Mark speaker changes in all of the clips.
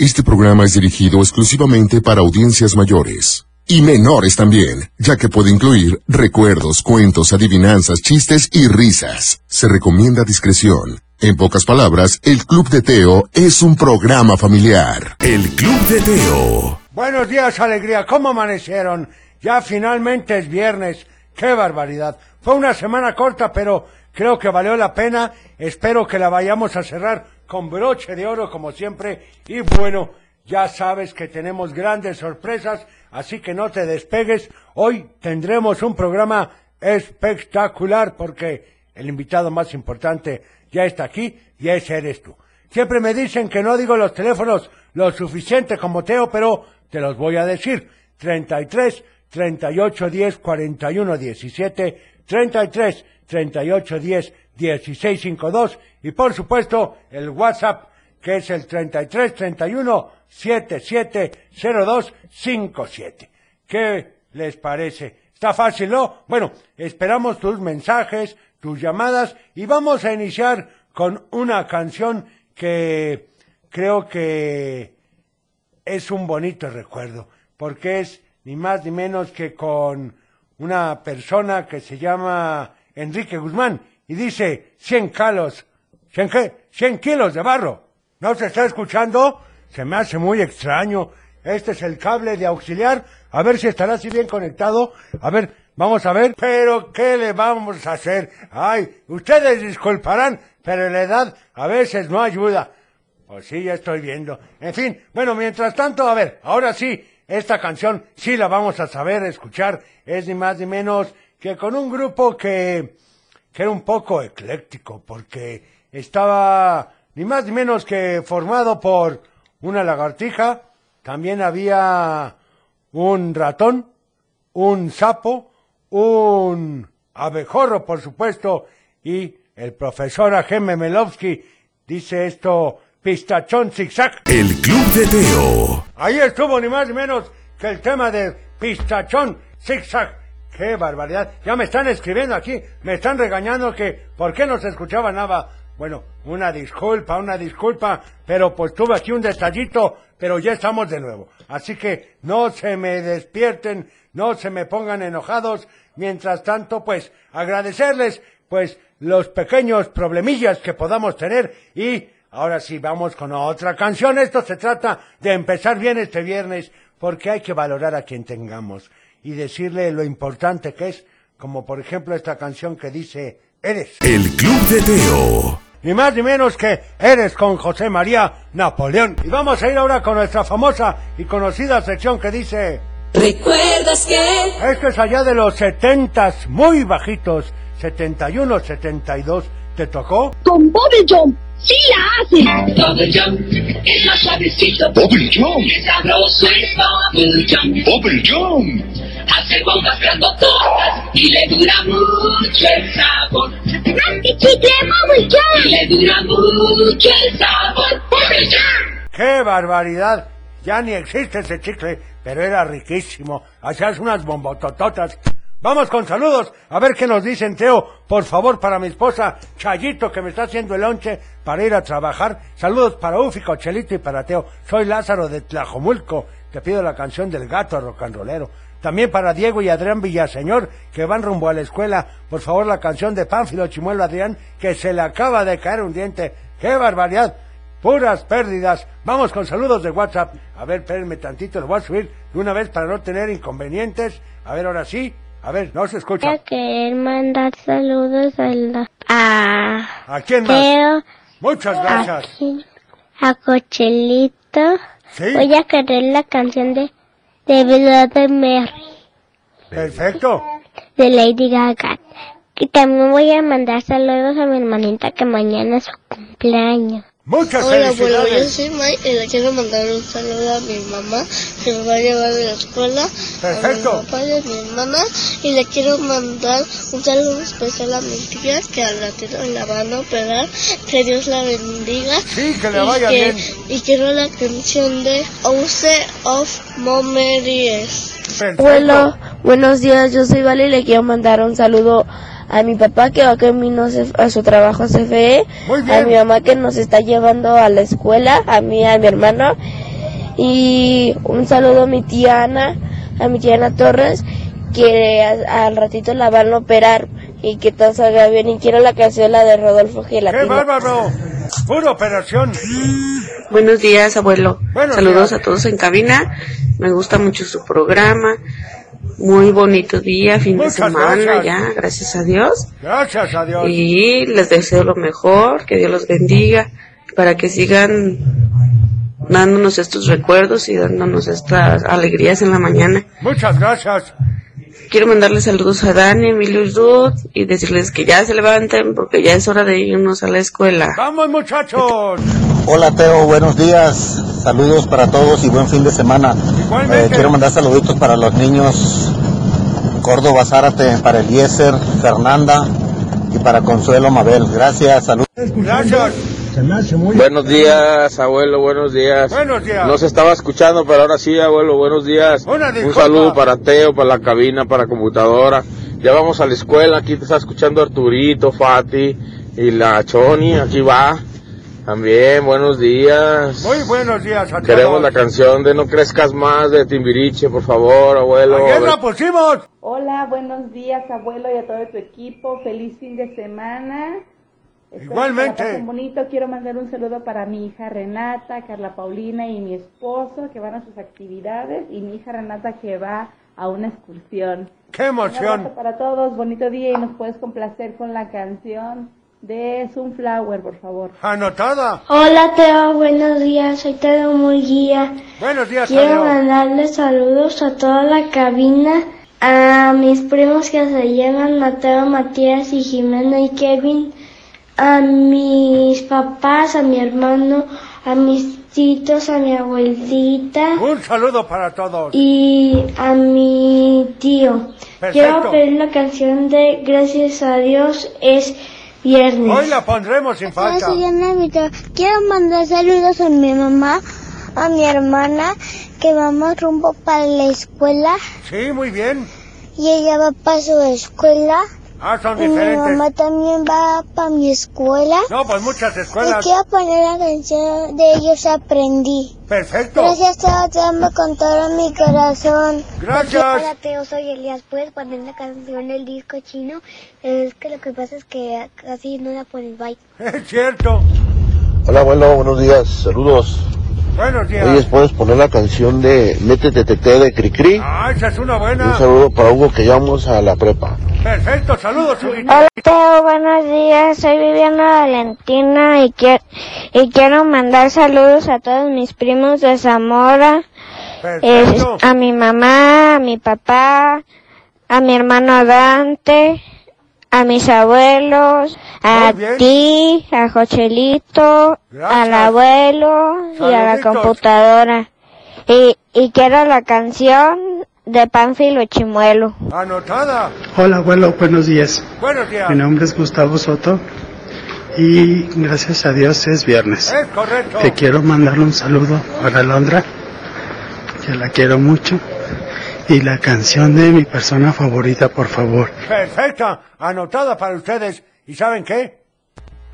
Speaker 1: Este programa es dirigido exclusivamente para audiencias mayores y menores también, ya que puede incluir recuerdos, cuentos, adivinanzas, chistes y risas. Se recomienda discreción. En pocas palabras, el Club de Teo es un programa familiar.
Speaker 2: El Club de Teo.
Speaker 3: Buenos días, alegría. ¿Cómo amanecieron? Ya finalmente es viernes. ¡Qué barbaridad! Fue una semana corta, pero creo que valió la pena. Espero que la vayamos a cerrar con broche de oro, como siempre. Y bueno, ya sabes que tenemos grandes sorpresas, así que no te despegues. Hoy tendremos un programa espectacular porque el invitado más importante ya está aquí y ese eres tú. Siempre me dicen que no digo los teléfonos lo suficiente como Teo, pero te los voy a decir. 33 38 10 41 17, 33 38 10 16 52 y por supuesto el WhatsApp que es el 33 31 77 02 57. ¿Qué les parece? Está fácil, ¿no? Bueno, esperamos tus mensajes, tus llamadas y vamos a iniciar con una canción que creo que es un bonito recuerdo, porque es ni más ni menos que con una persona que se llama Enrique Guzmán y dice 100 calos, 100, qué? 100 kilos de barro. ¿No se está escuchando? Se me hace muy extraño. Este es el cable de auxiliar. A ver si estará así bien conectado. A ver, vamos a ver. Pero, ¿qué le vamos a hacer? Ay, ustedes disculparán, pero la edad a veces no ayuda. Pues sí, ya estoy viendo. En fin, bueno, mientras tanto, a ver, ahora sí, esta canción sí la vamos a saber escuchar. Es ni más ni menos que con un grupo que, que era un poco ecléctico, porque estaba ni más ni menos que formado por una lagartija, también había un ratón, un sapo, un abejorro, por supuesto, y el profesor Ageme Melovsky dice esto, pistachón zigzag.
Speaker 2: El Club de Teo.
Speaker 3: Ahí estuvo ni más ni menos que el tema de pistachón zigzag. ¡Qué barbaridad! Ya me están escribiendo aquí, me están regañando que por qué no se escuchaba nada. Bueno, una disculpa, una disculpa, pero pues tuve aquí un detallito, pero ya estamos de nuevo. Así que no se me despierten, no se me pongan enojados. Mientras tanto, pues agradecerles, pues los pequeños problemillas que podamos tener y ahora sí vamos con otra canción. Esto se trata de empezar bien este viernes porque hay que valorar a quien tengamos y decirle lo importante que es, como por ejemplo esta canción que dice, eres.
Speaker 2: El Club de Teo.
Speaker 3: Ni más ni menos que eres con José María Napoleón. Y vamos a ir ahora con nuestra famosa y conocida sección que dice...
Speaker 4: ¿Recuerdas que?
Speaker 3: Esto es allá de los setentas, muy bajitos, 71, 72. ¿Te tocó?
Speaker 5: con Bobby John. Sí la hace.
Speaker 6: Bubble Jump es más suavecito,
Speaker 2: Bubble Jump.
Speaker 6: es sabroso, es Bubble Jump.
Speaker 2: Bubble Jump.
Speaker 6: Hace bombas grandototas y le dura mucho el sabor.
Speaker 5: Más que chicle Bobby
Speaker 6: Y
Speaker 5: John.
Speaker 6: le dura mucho el sabor. Bubble Jump.
Speaker 3: ¡Qué barbaridad! Ya ni existe ese chicle, pero era riquísimo. Hacías unas bombotototas. Vamos con saludos, a ver qué nos dicen, Teo. Por favor, para mi esposa, Chayito, que me está haciendo el lonche para ir a trabajar. Saludos para Ufi, Cochelito y para Teo. Soy Lázaro de Tlajomulco. Te pido la canción del gato rocanrolero. También para Diego y Adrián Villaseñor, que van rumbo a la escuela. Por favor, la canción de Pánfilo Chimuelo Adrián, que se le acaba de caer un diente. ¡Qué barbaridad! Puras pérdidas. Vamos con saludos de WhatsApp. A ver, espérenme tantito, lo voy a subir de una vez para no tener inconvenientes. A ver, ahora sí. A ver, no se escucha.
Speaker 7: Voy a querer mandar saludos a la a
Speaker 3: ¿A quién más?
Speaker 7: Teo,
Speaker 3: Muchas
Speaker 7: a,
Speaker 3: gracias.
Speaker 7: Gil- a Cochelito.
Speaker 8: ¿Eh?
Speaker 3: Sí.
Speaker 7: Voy a querer la canción de de Blood de Mary
Speaker 3: Perfecto.
Speaker 7: de Lady Gaga. Y también voy a mandar saludos a mi hermanita que mañana es su cumpleaños.
Speaker 3: Muchas
Speaker 8: pues,
Speaker 9: Hola, abuelo, yo
Speaker 3: felicidades.
Speaker 9: soy May y le quiero mandar un saludo a mi mamá que me va a llevar de la escuela,
Speaker 3: Perfecto.
Speaker 9: a mi papá y a mi hermana y le quiero mandar un saludo especial a mis tías que al ratito la van a operar, que Dios la bendiga
Speaker 3: Sí, que le
Speaker 9: y,
Speaker 3: vaya
Speaker 9: que-
Speaker 3: bien.
Speaker 9: y quiero la canción de Ouse of Momeries.
Speaker 3: Perfecto.
Speaker 9: buenos días, yo soy Vale y le quiero mandar un saludo a mi papá que va camino a su trabajo CFE,
Speaker 3: Muy bien.
Speaker 9: mamá que nos está llevando a la escuela, a mí, a mi hermano Y un saludo a mi tía Ana, a mi tía Ana Torres, que a- al ratito la van a operar y que todo salga bien. Y quiero la canción, la de Rodolfo
Speaker 3: ¡Qué
Speaker 9: Gelatino.
Speaker 3: bárbaro! ¡Pura operación!
Speaker 10: Buenos días, abuelo.
Speaker 3: Buenos
Speaker 10: Saludos
Speaker 3: días.
Speaker 10: a todos en cabina. Me gusta mucho su programa. Muy bonito día, fin
Speaker 3: Muchas
Speaker 10: de semana
Speaker 3: gracias.
Speaker 10: ya, gracias a Dios.
Speaker 3: Gracias a Dios.
Speaker 10: Y les deseo lo mejor, que Dios los bendiga, para que sigan dándonos estos recuerdos y dándonos estas alegrías en la mañana.
Speaker 3: Muchas gracias.
Speaker 10: Quiero mandarles saludos a Dani, Emilio y Ruth y decirles que ya se levanten porque ya es hora de irnos a la escuela.
Speaker 3: ¡Vamos, muchachos!
Speaker 11: Hola Teo, buenos días. Saludos para todos y buen fin de semana.
Speaker 3: Igualmente.
Speaker 11: Eh, quiero mandar saluditos para los niños Córdoba Zárate, para Eliezer, Fernanda y para Consuelo Mabel. Gracias, saludos.
Speaker 3: Gracias.
Speaker 11: Buenos días, abuelo, buenos días.
Speaker 3: Buenos días.
Speaker 11: No se estaba escuchando, pero ahora sí, abuelo, buenos días.
Speaker 3: Una
Speaker 11: Un
Speaker 3: disculpa.
Speaker 11: saludo para Teo, para la cabina, para la computadora. Ya vamos a la escuela, aquí te está escuchando Arturito, Fati y la Choni, aquí va. También, buenos días.
Speaker 3: Muy buenos días a todos.
Speaker 11: Queremos la canción de No Crezcas Más de Timbiriche, por favor, abuelo. A
Speaker 3: Ayer
Speaker 11: ver
Speaker 3: la pusimos.
Speaker 10: Hola, buenos días, abuelo y a todo tu equipo. Feliz fin de semana. Espero que la
Speaker 3: Igualmente.
Speaker 10: pasen bonito. Quiero mandar un saludo para mi hija Renata, Carla Paulina y mi esposo que van a sus actividades y mi hija Renata que va a una excursión.
Speaker 3: ¡Qué
Speaker 10: Un abrazo
Speaker 3: emoción!
Speaker 10: para todos, bonito día y nos puedes complacer con la canción de Sunflower, por favor.
Speaker 3: Anotada.
Speaker 9: Hola Teo, buenos días, soy Teo Murguía.
Speaker 3: Buenos días,
Speaker 9: Quiero
Speaker 3: adiós.
Speaker 9: mandarle saludos a toda la cabina, a mis primos que se llaman Mateo, Matías y Jimena y Kevin, a mis papás, a mi hermano, a mis titos, a mi abuelita
Speaker 3: Un saludo para todos.
Speaker 9: y a mi tío.
Speaker 3: Perfecto.
Speaker 9: Quiero pedir la canción de Gracias a Dios es viernes.
Speaker 3: Hoy la pondremos sin falta.
Speaker 9: Hola, soy Ana Vitor. Quiero mandar saludos a mi mamá, a mi hermana, que vamos rumbo para la escuela
Speaker 3: Sí, muy bien.
Speaker 9: y ella va para su escuela.
Speaker 3: Ah, son
Speaker 9: Y mi mamá
Speaker 3: diferentes.
Speaker 9: también va para mi escuela.
Speaker 3: No, pues muchas
Speaker 9: Y
Speaker 3: escuelas.
Speaker 9: quiero poner la canción de ellos aprendí.
Speaker 3: Perfecto.
Speaker 9: Gracias, Teo, te amo con todo mi corazón. Hola,
Speaker 3: Gracias.
Speaker 9: Teo, soy Elías. ¿Puedes poner la canción del disco chino? Es que lo que pasa es que casi no la pones, bye.
Speaker 3: Es cierto.
Speaker 11: Hola, abuelo, buenos días, saludos.
Speaker 3: Buenos
Speaker 11: Oye,
Speaker 3: días.
Speaker 11: ¿puedes poner la canción de Métete Tete de Cricri?
Speaker 3: Ah, esa es una
Speaker 11: Un
Speaker 3: buena.
Speaker 11: saludo para Hugo que ya vamos a la prepa.
Speaker 3: Perfecto, saludos, Huguito.
Speaker 9: Hola Teo, buenos días, soy Viviana Valentina y, quie- y quiero mandar saludos a todos mis primos de Zamora, eh,
Speaker 3: Perfecto.
Speaker 9: a mi mamá, a mi papá, a mi hermano Dante, a mis abuelos, a
Speaker 3: Muy bien.
Speaker 9: ti, a Jochelito, al
Speaker 3: Gracias.
Speaker 9: abuelo y a la
Speaker 3: Saluditos.
Speaker 9: computadora. Y, y quiero la canción de Pánfilo Chimuelo.
Speaker 3: Anotada.
Speaker 12: Hola abuelo, buenos días.
Speaker 3: Buenos días.
Speaker 12: Mi nombre es Gustavo Soto y gracias a Dios es viernes.
Speaker 3: Es correcto.
Speaker 12: Te quiero mandarle un saludo para Londra, que la quiero mucho. Y la canción de mi persona favorita, por favor.
Speaker 3: Perfecta, anotada para ustedes. ¿Y saben qué?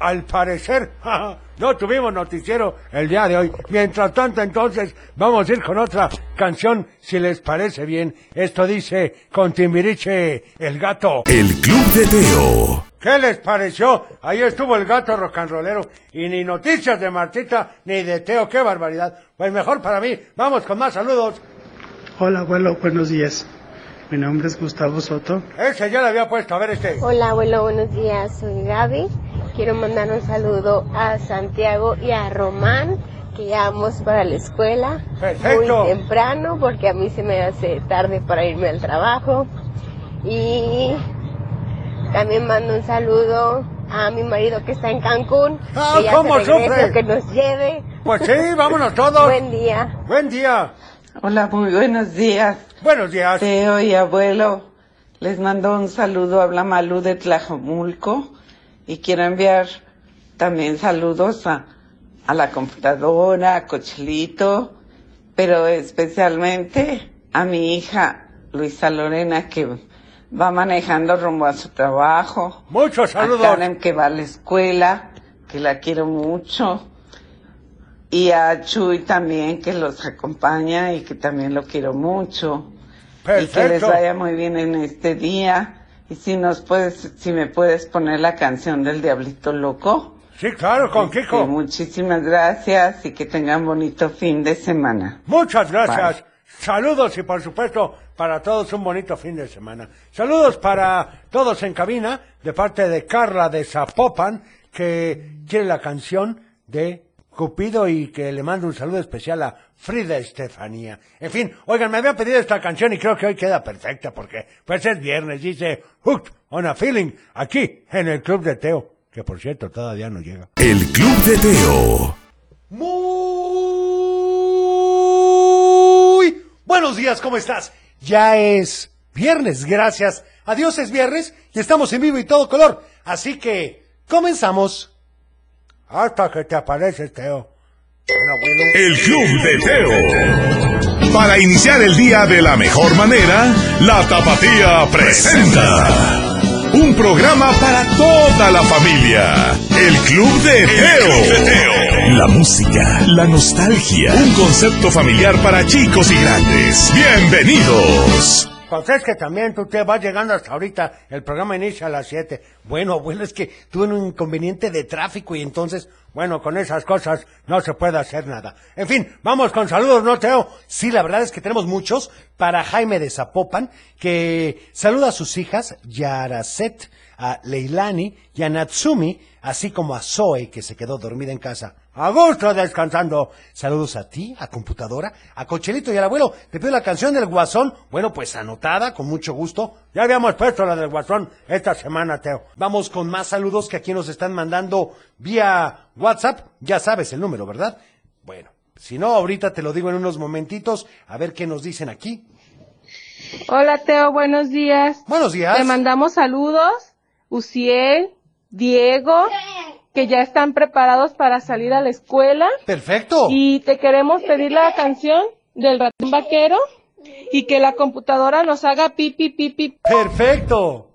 Speaker 3: Al parecer, no tuvimos noticiero el día de hoy. Mientras tanto, entonces, vamos a ir con otra canción, si les parece bien. Esto dice con Timbiriche el gato.
Speaker 2: El Club de Teo.
Speaker 3: ¿Qué les pareció? Ahí estuvo el gato rocanrolero. Y ni noticias de Martita, ni de Teo. ¡Qué barbaridad! Pues mejor para mí. Vamos con más saludos.
Speaker 12: Hola abuelo, buenos días. Mi nombre es Gustavo Soto.
Speaker 3: Ese ya le había puesto. A ver este.
Speaker 9: Hola abuelo, buenos días, soy Gaby. Quiero mandar un saludo a Santiago y a Román, que ya vamos para la escuela
Speaker 3: Perfecto.
Speaker 9: muy temprano, porque a mí se me hace tarde para irme al trabajo. Y también mando un saludo a mi marido que está en Cancún,
Speaker 3: Ah,
Speaker 9: que ya
Speaker 3: ¿cómo
Speaker 9: se regresa,
Speaker 3: sufre?
Speaker 9: que nos lleve.
Speaker 3: Pues sí, vámonos todos.
Speaker 9: Buen día.
Speaker 3: Buen día.
Speaker 10: Hola, muy buenos días,
Speaker 3: Buenos días.
Speaker 10: Teo y abuelo. Les mando un saludo a Blamalú de Tlajomulco y quiero enviar también saludos a, a la computadora, a Cochelito, pero especialmente a mi hija Luisa Lorena que va manejando rumbo a su trabajo.
Speaker 3: Muchos
Speaker 10: A
Speaker 3: saludos.
Speaker 10: Karen que va a la escuela, que la quiero mucho. Y a Chuy también, que los acompaña y que también lo quiero mucho. Y que les
Speaker 3: Perfecto.
Speaker 10: vaya muy bien en este día. Y si nos puedes, si me puedes poner la canción del Diablito Loco.
Speaker 3: Sí, claro, con Kiko.
Speaker 10: muchísimas gracias y que tengan bonito fin de semana.
Speaker 3: Muchas gracias. Saludos y por supuesto para todos un bonito fin de semana. Saludos para todos en cabina de parte de Carla de Zapopan que quiere la canción de Cupido y que le mando un saludo especial a Frida Estefanía. En fin, oigan, me había pedido esta canción y creo que hoy queda perfecta porque pues es viernes, dice Hooked on a Feeling aquí en el Club de Teo, que por cierto todavía no llega.
Speaker 2: El Club de Teo.
Speaker 8: Muy buenos días, ¿cómo estás? Ya es viernes, gracias. Adiós, es viernes y estamos en vivo y todo color. Así que comenzamos.
Speaker 3: Hasta que te apareces, Teo.
Speaker 2: El Club de Teo. Para iniciar el día de la mejor manera, la Tapatía presenta un programa para toda la familia. El Club de Teo. La música, la nostalgia, un concepto familiar para chicos y grandes. Bienvenidos.
Speaker 3: Pues es que también tú te vas llegando hasta ahorita. El programa inicia a las 7.
Speaker 8: Bueno, abuelo, es que tuve un inconveniente de tráfico y entonces,
Speaker 3: Bueno, con esas cosas no se puede hacer nada.
Speaker 8: en fin, vamos con saludos, ¿no, Teo? Sí, la verdad es que tenemos muchos. Para Jaime de Zapopan, que saluda a sus hijas, Yaracet, a Leilani y a Natsumi, así como a Zoe, que se quedó dormida en casa.
Speaker 3: A gusto descansando.
Speaker 8: Saludos a ti, a computadora, a Cochelito y al abuelo. Te pido la canción del Guasón. Bueno, pues anotada, con mucho gusto.
Speaker 3: Ya habíamos puesto la del guasón esta semana, Teo.
Speaker 8: Vamos con más saludos que aquí nos están mandando vía WhatsApp. Ya sabes el número, ¿verdad? Bueno, si no, ahorita te lo digo en unos momentitos, a ver qué nos dicen aquí.
Speaker 13: Hola Teo, buenos días.
Speaker 8: Buenos días.
Speaker 13: Te mandamos saludos, Uciel, Diego, que ya están preparados para salir a la escuela.
Speaker 8: Perfecto.
Speaker 13: Y te queremos pedir la canción del ratón vaquero y que la computadora nos haga pipi pipi.
Speaker 8: Perfecto.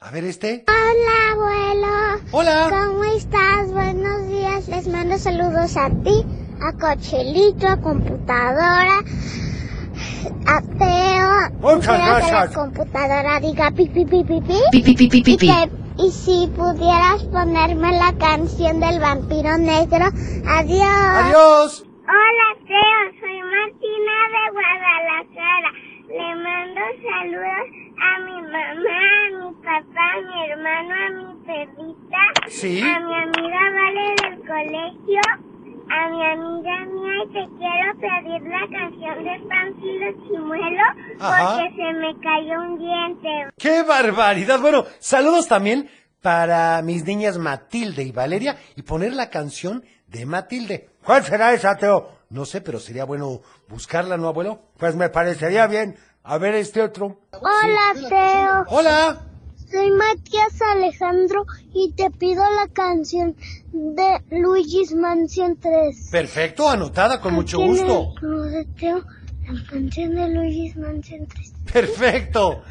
Speaker 8: A ver este.
Speaker 7: Hola, abuelo.
Speaker 8: Hola.
Speaker 7: ¿Cómo estás? Buenos días. Les mando saludos a ti, a Cochelito, a Computadora, a Teo.
Speaker 3: Muchas
Speaker 7: Quiero que la
Speaker 3: gracias.
Speaker 7: computadora diga pi, pi, pi, pi, pi. Y que- Y si pudieras ponerme la canción del vampiro negro, adiós.
Speaker 8: Adiós.
Speaker 7: Hola, Teo. Soy Martina de Guadalajara. Le mando saludos a mi mamá, a mi papá, a mi hermano, a mi perrita,
Speaker 8: Sí.
Speaker 7: a mi amiga Vale del colegio, a mi amiga mía y te quiero pedir la canción de Panfilo Chimuelo
Speaker 8: Ajá.
Speaker 7: porque se me cayó un diente.
Speaker 8: ¡Qué barbaridad! Bueno, saludos también para mis niñas Matilde y Valeria y poner la canción de Matilde.
Speaker 3: ¿Cuál será esa, Teo?
Speaker 8: No sé, pero sería bueno buscarla, ¿no, abuelo?
Speaker 3: Pues me parecería bien. A ver este otro.
Speaker 7: Hola, Teo.
Speaker 8: Hola.
Speaker 7: Soy Matías Alejandro y te pido la canción de Luigi's Mansion 3.
Speaker 8: Perfecto, anotada con mucho gusto.
Speaker 7: Teo, la canción de Luigi's Mansion 3.
Speaker 8: Perfecto.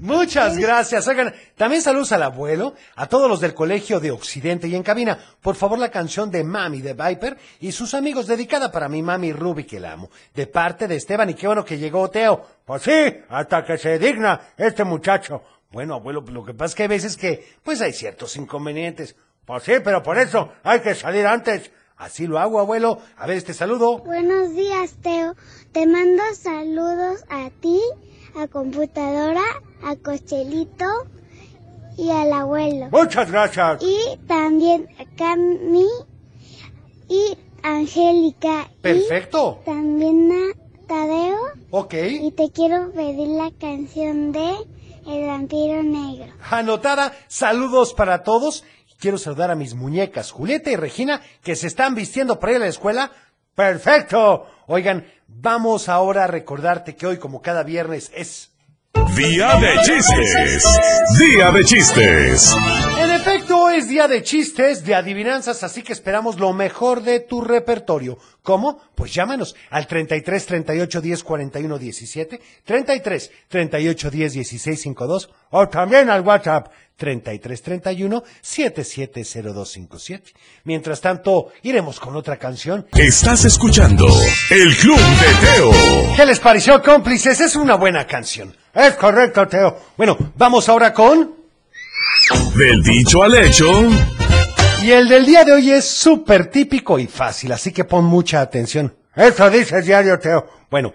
Speaker 8: Muchas gracias. Oigan, también saludos al abuelo, a todos los del Colegio de Occidente y en cabina. Por favor, la canción de Mami de Viper y sus amigos dedicada para mi mami Ruby, que la amo. De parte de Esteban y qué bueno que llegó Teo.
Speaker 3: Pues sí, hasta que se digna este muchacho.
Speaker 8: Bueno, abuelo, lo que pasa es que hay veces que, pues hay ciertos inconvenientes.
Speaker 3: Pues sí, pero por eso hay que salir antes.
Speaker 8: Así lo hago, abuelo. A ver, este saludo.
Speaker 7: Buenos días, Teo. Te mando saludos a ti, a computadora, a Cochelito y al abuelo.
Speaker 3: Muchas gracias.
Speaker 7: Y también a Cami y Angélica. y
Speaker 8: Perfecto.
Speaker 7: También a Tadeo.
Speaker 8: Ok.
Speaker 7: Y te quiero pedir la canción de El vampiro negro.
Speaker 8: Anotada, saludos para todos. Quiero saludar a mis muñecas, Julieta y Regina, que se están vistiendo para ir a la escuela. ¡Perfecto! Oigan, vamos ahora a recordarte que hoy, como cada viernes, es...
Speaker 2: Día de chistes. Día de chistes.
Speaker 8: En efecto, es día de chistes, de adivinanzas, así que esperamos lo mejor de tu repertorio. ¿Cómo? Pues llámanos al 33 38 10 41 17, 33 38 10 16 52 o también al WhatsApp 33 31 770257. Mientras tanto, iremos con otra canción.
Speaker 2: Estás escuchando El Club de Teo.
Speaker 8: ¿Qué les pareció, cómplices? Es una buena canción. Es correcto, Teo. Bueno, vamos ahora con...
Speaker 2: Del dicho al hecho,
Speaker 8: Y el del día de hoy es súper típico y fácil, así que pon mucha atención. Eso dice el diario Teo. Bueno,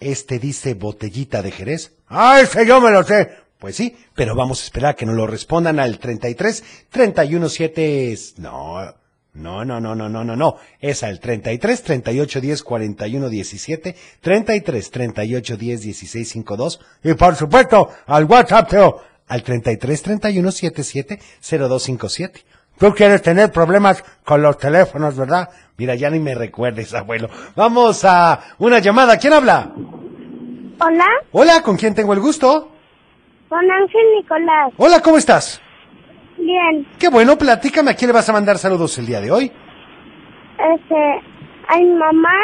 Speaker 8: este dice botellita de Jerez. Ah, ese yo me lo sé. Pues sí, pero vamos a esperar a que nos lo respondan al 33 31 7 es- no. No, no, no, no, no, no, no. Es al 33 38 10 41 17, 33 38 10 16 52 y por supuesto al WhatsApp Teo al 33 31 77 0257. Tú quieres tener problemas con los teléfonos, ¿verdad? Mira, ya ni me recuerdes, abuelo. Vamos a una llamada. ¿Quién habla?
Speaker 14: Hola,
Speaker 8: Hola, ¿con quién tengo el gusto?
Speaker 14: con Ángel Nicolás.
Speaker 8: Hola, ¿cómo estás?
Speaker 14: Bien,
Speaker 8: Qué bueno, platícame a quién le vas a mandar saludos el día de hoy.
Speaker 14: este, a mi mamá,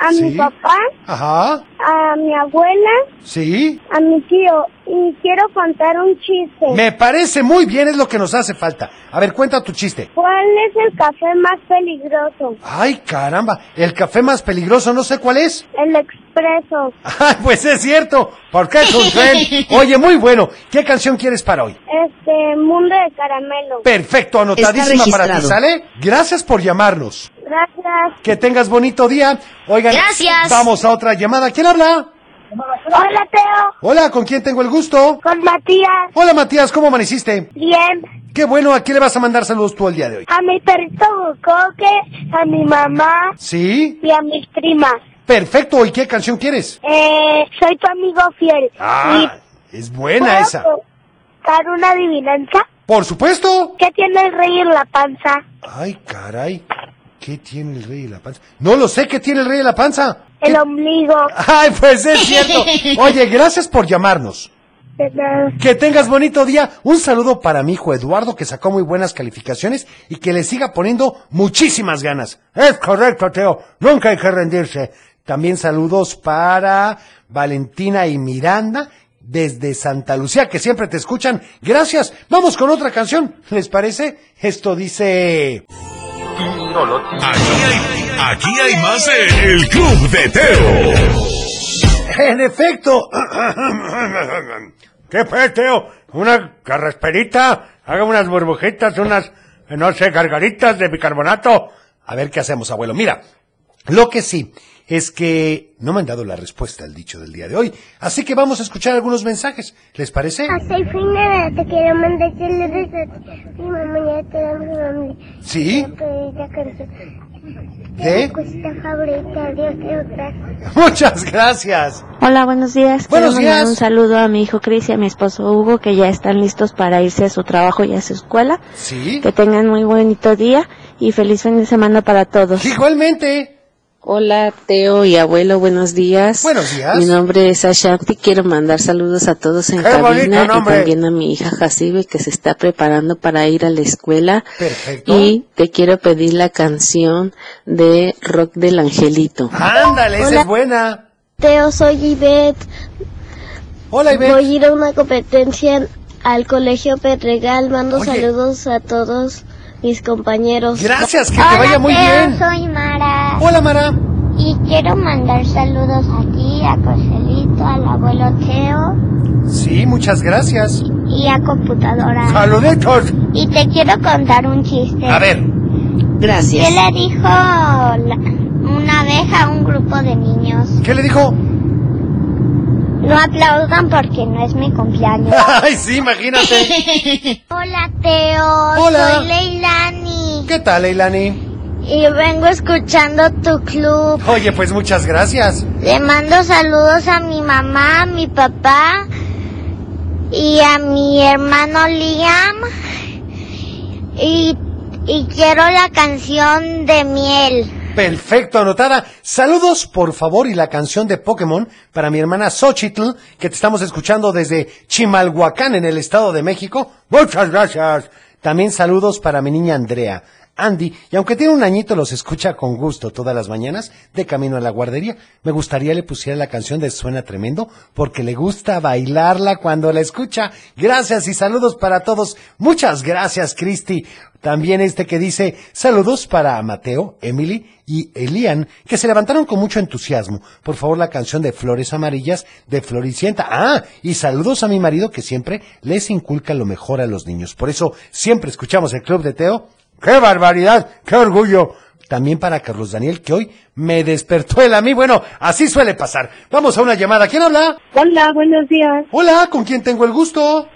Speaker 14: a
Speaker 8: Sí.
Speaker 14: mi papá,
Speaker 8: Ajá,
Speaker 14: a mi abuela,
Speaker 8: sí.
Speaker 14: a mi tío. Y quiero contar un chiste.
Speaker 8: Me parece muy bien, es lo que nos hace falta. A ver, cuenta tu chiste.
Speaker 14: ¿Cuál es el café más peligroso?
Speaker 8: Ay, caramba, el café más peligroso, no sé cuál es.
Speaker 14: El expreso.
Speaker 8: Ay, pues es cierto, porque es un tren. Oye, muy bueno. ¿Qué canción quieres para hoy?
Speaker 14: Este, mundo de caramelo.
Speaker 8: Perfecto, anotadísima
Speaker 14: Está
Speaker 8: para ti,
Speaker 14: registrado.
Speaker 8: ¿sale? Gracias por llamarnos.
Speaker 14: Gracias.
Speaker 8: Que tengas bonito día. Oigan,
Speaker 14: Gracias.
Speaker 8: vamos a otra llamada. ¿Quién habla?
Speaker 14: Hola, Teo.
Speaker 8: Hola, ¿con quién tengo el gusto?
Speaker 14: Con Matías.
Speaker 8: Hola, Matías, ¿cómo amaneciste?
Speaker 14: Bien.
Speaker 8: Qué bueno, ¿a quién le vas a mandar saludos tú el día de hoy?
Speaker 14: A mi perrito Bucoque, a mi mamá
Speaker 8: ¿Sí?
Speaker 14: y a mis primas.
Speaker 8: Perfecto, ¿y qué canción quieres?
Speaker 14: Eh, soy tu amigo fiel.
Speaker 8: Ah, es buena esa.
Speaker 14: ¿Dar una adivinanza?
Speaker 8: Por supuesto.
Speaker 14: ¿Qué tiene el rey en la panza?
Speaker 8: Ay, caray. ¿Qué tiene el rey de la panza? No lo sé, ¿qué tiene el rey de la panza?
Speaker 14: El ombligo.
Speaker 8: Ay, pues es cierto. Oye, gracias por llamarnos.
Speaker 14: De nada.
Speaker 8: Que tengas bonito día. Un saludo para mi hijo Eduardo, que sacó muy buenas calificaciones y que le siga poniendo muchísimas ganas. Es correcto, Teo. Nunca hay que rendirse. También saludos para Valentina y Miranda desde Santa Lucía, que siempre te escuchan. Gracias. Vamos con otra canción. ¿Les parece? Esto dice...
Speaker 2: aquí hay, aquí hay más de El Club de Teo.
Speaker 8: En efecto.
Speaker 3: ¿Qué fue, Teo? ¿Una carrasperita? Haga unas burbujitas, unas, no sé, gargaritas de bicarbonato.
Speaker 8: A ver qué hacemos, abuelo. Mira, lo que sí es que no me han dado la respuesta al dicho del día de hoy, así que vamos a escuchar algunos mensajes. ¿Les parece?
Speaker 7: Ah,
Speaker 14: Soy Fina, te quiero mandar saludos a mi mamá y a toda mi familia.
Speaker 8: Sí.
Speaker 14: Favorita canción.
Speaker 8: ¿Eh?
Speaker 14: Cosita favorita, Dios te otra.
Speaker 8: Muchas gracias.
Speaker 15: Hola, buenos días.
Speaker 8: Buenos
Speaker 15: Quiero mandar
Speaker 8: días.
Speaker 15: Un saludo a mi hijo Cris y a mi esposo Hugo, que ya están listos para irse a su trabajo y a su escuela.
Speaker 8: Sí.
Speaker 15: Que tengan muy bonito día y feliz fin de semana para
Speaker 9: Pues,
Speaker 15: todos.
Speaker 8: Igualmente.
Speaker 16: Hola Teo y abuelo, buenos días.
Speaker 8: Buenos días.
Speaker 16: Mi nombre es Ashanti, quiero mandar saludos a todos en
Speaker 8: ¡Qué
Speaker 16: cabina
Speaker 8: bonito
Speaker 16: y
Speaker 8: nombre!
Speaker 16: también a mi hija Jacibe que se está preparando para ir a la escuela
Speaker 8: Perfecto.
Speaker 16: y te quiero pedir la canción de Rock del Angelito.
Speaker 8: Ándale, esa
Speaker 16: Hola.
Speaker 8: es buena.
Speaker 17: Teo, soy Ivette.
Speaker 8: Hola, Ivette.
Speaker 17: Voy a ir a una competencia al Colegio Pedregal. Mando
Speaker 8: Oye.
Speaker 17: saludos a todos mis compañeros.
Speaker 8: Gracias, que te Hola, vaya muy Teo, bien.
Speaker 17: soy Mara.
Speaker 8: Hola, Mara.
Speaker 17: Y quiero mandar saludos a ti, a Coselito, al abuelo Teo
Speaker 8: Sí, muchas gracias.
Speaker 17: y a Computadora.
Speaker 8: Saluditos.
Speaker 17: Y te quiero contar un chiste.
Speaker 8: A ver.
Speaker 17: ¿Qué le dijo la- una abeja a un grupo de niños?
Speaker 8: ¿Qué le dijo?
Speaker 17: No aplaudan porque no es mi cumpleaños.
Speaker 8: Ay, sí, imagínate.
Speaker 17: Hola, Teo.
Speaker 8: Hola.
Speaker 17: Soy Leilani.
Speaker 8: ¿Qué tal, Leilani?
Speaker 17: Y vengo escuchando tu club.
Speaker 8: Oye, pues muchas gracias.
Speaker 17: Le mando saludos a mi mamá, a mi papá y a mi hermano Liam. Y, y quiero la canción de miel.
Speaker 8: Perfecto, anotada. Saludos, por favor, y la canción de Pokémon para mi hermana Xochitl, que te estamos escuchando desde Chimalhuacán, en el Estado de México. Muchas gracias. También saludos para mi niña Andrea. Andy, y aunque tiene un añito, los escucha con gusto todas las mañanas de camino a la guardería. Me gustaría le pusiera la canción de Suena Tremendo porque le gusta bailarla cuando la escucha. Gracias y saludos para todos. Muchas gracias, Cristi. También este que dice saludos para Mateo, Emily y Elian, que se levantaron con mucho entusiasmo. Por favor, la canción de Flores Amarillas de Floricienta. Ah, y saludos a mi marido que siempre les inculca lo mejor a los niños. Por eso siempre escuchamos el Club de Teo. ¡Qué barbaridad! ¡Qué orgullo! También para Carlos Daniel, que hoy me despertó él a mí. Bueno, así suele pasar. Vamos a una llamada. ¿Quién habla?
Speaker 18: Hola, buenos días.
Speaker 8: Hola, ¿con quién tengo el gusto?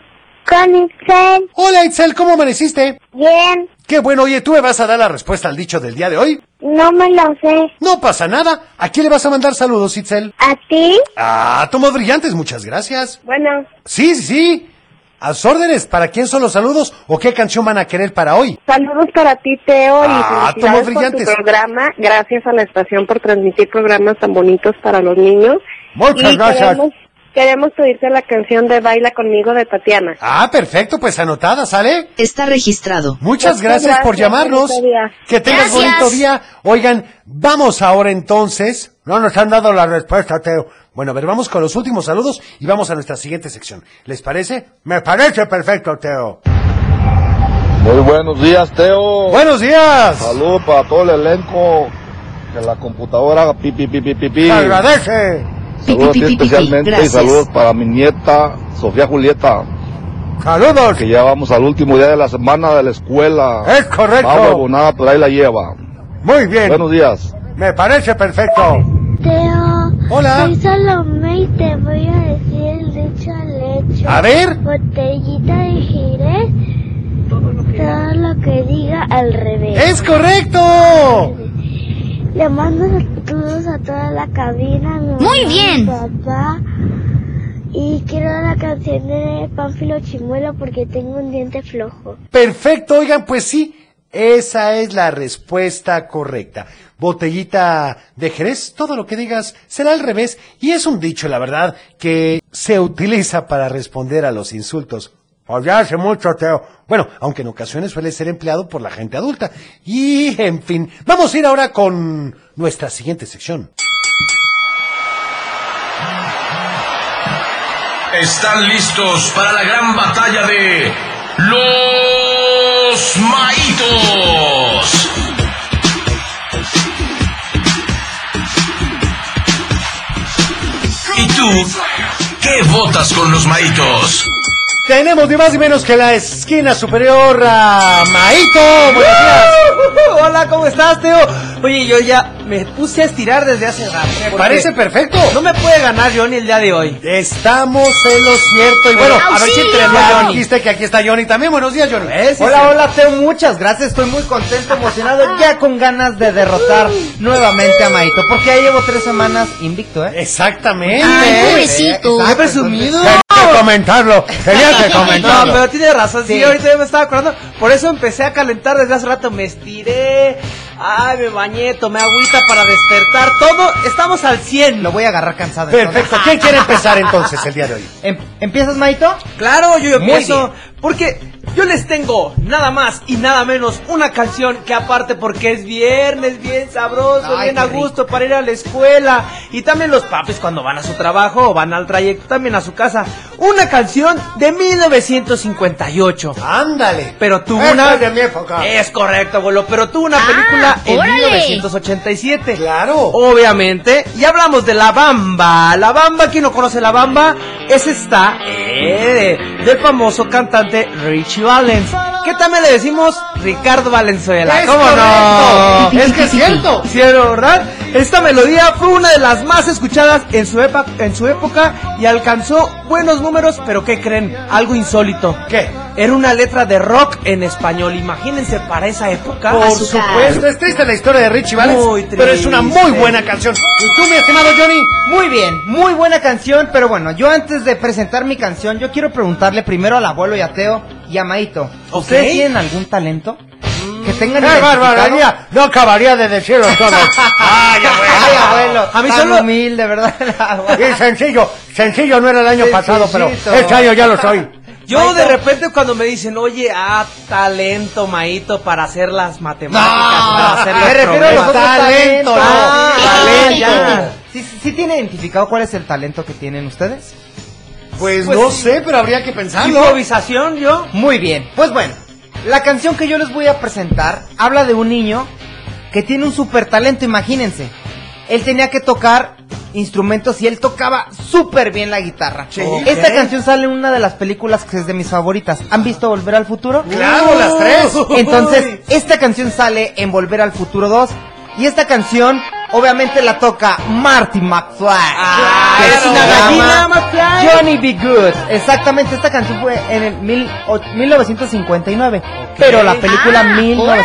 Speaker 18: Con Itzel.
Speaker 8: Hola, Itzel, ¿cómo amaneciste?
Speaker 18: Bien.
Speaker 8: Qué bueno, oye, ¿tú me vas a dar la respuesta al dicho del día de hoy?
Speaker 18: No me lo sé.
Speaker 8: No pasa nada. ¿A quién le vas a mandar saludos, Itzel?
Speaker 18: ¿A ti?
Speaker 8: Ah, Tomás Brillantes, muchas gracias.
Speaker 18: Bueno,
Speaker 8: Sí, sí, sí. A sus órdenes, ¿para quién son los saludos o qué canción van a querer para hoy?
Speaker 18: saludos para ti, Teo.
Speaker 8: Ah,
Speaker 18: y
Speaker 8: Tomo
Speaker 18: felicidades por tu
Speaker 8: Brillantes.
Speaker 18: programa. Gracias a la estación por transmitir programas tan bonitos para los niños.
Speaker 8: Muchas
Speaker 18: Y
Speaker 8: gracias.
Speaker 18: Queremos, queremos pedirte la canción de Baila conmigo de Tatiana.
Speaker 8: Ah, perfecto, pues anotada, ¿sale?
Speaker 18: Está registrado.
Speaker 8: Muchas gracias, por llamarnos. Que tengas bonito día. Oigan, vamos ahora entonces. No nos han dado la respuesta, Teo. Bueno, a ver, vamos con los últimos saludos y vamos a nuestra siguiente sección. ¿Les parece? Me parece perfecto, Teo.
Speaker 19: Muy buenos días,
Speaker 11: Oh.
Speaker 19: Teo.
Speaker 8: Buenos días.
Speaker 19: Saludos para todo el elenco. Que la computadora pi pi pi pi pi. pi.
Speaker 8: Te agradece.
Speaker 19: Saludos a ti especialmente y
Speaker 8: Gracias.
Speaker 19: saludos para mi nieta Sofía Julieta.
Speaker 8: Saludos.
Speaker 19: Que ya vamos al último día de la semana de la escuela.
Speaker 8: Es correcto.
Speaker 19: Va huevonada, pero ahí la lleva.
Speaker 8: Muy bien.
Speaker 19: Buenos días.
Speaker 8: Me parece perfecto.
Speaker 9: Teo.
Speaker 8: Hola.
Speaker 9: Soy Salomé y te voy a decir el dicho al hecho.
Speaker 8: A ver.
Speaker 9: Botellita de Jerez. Todo lo que diga al revés.
Speaker 8: ¡Es correcto!
Speaker 9: Le mando saludos a toda la cabina. a mi mamá,
Speaker 20: Muy bien.
Speaker 9: a mi papá. Y quiero la canción de Pánfilo Chimuelo porque tengo un diente flojo.
Speaker 8: Perfecto, oigan, pues sí, esa es la respuesta correcta. Botellita de Jerez, todo lo que digas será al revés y es un dicho, la verdad, que se utiliza para responder a los insultos. Pues ya hace mucho, Teo. Bueno, aunque en ocasiones suele ser empleado por la gente adulta. Y, en fin, vamos a ir ahora con nuestra siguiente sección.
Speaker 2: Están listos para la gran batalla de los maitos. ¿Y tú qué votas con los maitos?
Speaker 8: Tenemos ni más ni menos que la esquina superior a Maito. Buenos días.
Speaker 21: Hola, ¿cómo estás, Teo? Oye, yo ya me puse a estirar desde hace rato. Me
Speaker 8: parece perfecto.
Speaker 21: No me puede ganar Johnny el día de hoy.
Speaker 8: Estamos en lo cierto. Y bueno, a ver si entrenó a Johnny. Dijiste que aquí está Johnny también. Buenos días, Johnny.
Speaker 21: hola, hola, Teo, muchas gracias. Estoy muy contento, emocionado, ya con ganas de derrotar nuevamente a Maito. Porque ya llevo tres semanas invicto, ¿eh?
Speaker 8: Exactamente.
Speaker 21: Ay,
Speaker 8: pobrecito.
Speaker 21: ¡Qué presumido!
Speaker 8: Tenía que comentarlo. Tenía que
Speaker 21: No,
Speaker 8: comentarlo.
Speaker 21: pero tiene razón, sí.
Speaker 8: Sí.
Speaker 21: ahorita ya me estaba acordando. Por eso empecé a calentar desde hace rato. Me estiré, ay, me bañé, tomé agüita para despertar. Todo, estamos al 100. Lo voy a agarrar cansado.
Speaker 8: Perfecto. ¿Quién quiere empezar entonces el día de hoy?
Speaker 21: Em, ¿Empiezas, Maito? Claro, yo
Speaker 8: Muy
Speaker 21: empiezo. Porque yo les tengo nada más y nada menos una canción que aparte porque es viernes, bien sabroso,
Speaker 22: Ay,
Speaker 21: bien
Speaker 22: qué
Speaker 21: a gusto para ir a la escuela. Y también los papis cuando van a su trabajo o van al trayecto, también a su casa. Una canción de 1958.
Speaker 8: Ándale.
Speaker 21: Pero tuvo
Speaker 8: Esta
Speaker 21: una... Eh,
Speaker 8: es de mi época.
Speaker 21: Es correcto, abuelo, pero tuvo una película en
Speaker 8: órale.
Speaker 21: 1987. Claro. Obviamente. Y hablamos de La Bamba. La Bamba, ¿quién no conoce La Bamba? Es esta, eh, del famoso cantante Richie Valens. Que también le decimos Ricardo Valenzuela.
Speaker 8: Es
Speaker 21: ¿Cómo no?
Speaker 8: correcto. Es que es cierto.
Speaker 21: Cierto, ¿verdad? Esta melodía fue una de las más escuchadas en su, epa- en su época y alcanzó buenos números, pero ¿qué creen? Algo insólito. ¿Qué? Era una letra de rock en español, imagínense para esa época.
Speaker 8: Por supuesto, Pues es triste la historia de Richie Valens,
Speaker 21: Muy
Speaker 8: pero es una muy
Speaker 21: triste.
Speaker 8: buena canción. ¿Y tú, mi estimado Johnny?
Speaker 23: Muy bien, muy buena canción, pero bueno, yo antes de presentar mi canción, yo quiero preguntarle primero al abuelo y a Teo y a Maito. ¿Ustedes tienen algún talento? Que tengan
Speaker 8: ¡Qué
Speaker 23: identificado?
Speaker 8: barbaridad! No acabaría de decirlo todo. ¡Ay, abuelo!
Speaker 23: Ay, abuelo,
Speaker 8: A mí
Speaker 23: tan
Speaker 8: solo...
Speaker 23: humilde, ¿verdad?
Speaker 8: Y sencillo. Sencillo no era el año pasado, pero
Speaker 23: Sencillito.
Speaker 8: este año ya lo soy.
Speaker 21: Yo de repente cuando me dicen, oye, ah, talento, Maito, para hacer las matemáticas, para hacer los
Speaker 23: Me refiero a los
Speaker 21: problemas.
Speaker 23: otros talentos.
Speaker 21: no.
Speaker 23: Ah,
Speaker 21: Talento.
Speaker 23: ya. ¿Sí, sí tiene identificado cuál es el talento que tienen ustedes?
Speaker 8: Pues, no sé, pero habría que pensarlo.
Speaker 21: Improvisación, yo.
Speaker 23: Muy bien. Pues bueno, la canción que yo les voy a presentar habla de un niño que tiene un super talento, imagínense. Él tenía que tocar instrumentos y él tocaba súper bien la guitarra. Ok. Esta canción sale en una de las películas que es de mis favoritas. ¿Han visto Volver al Futuro?
Speaker 8: Claro, las tres.
Speaker 23: Entonces, esta canción sale en Volver al Futuro 2 y esta canción obviamente la toca Marty McFly. que
Speaker 21: es una
Speaker 23: se
Speaker 21: gallina,
Speaker 23: llama Johnny B. Good. Exactamente, esta canción fue en el mil o- 1959, pero la película
Speaker 8: Ah,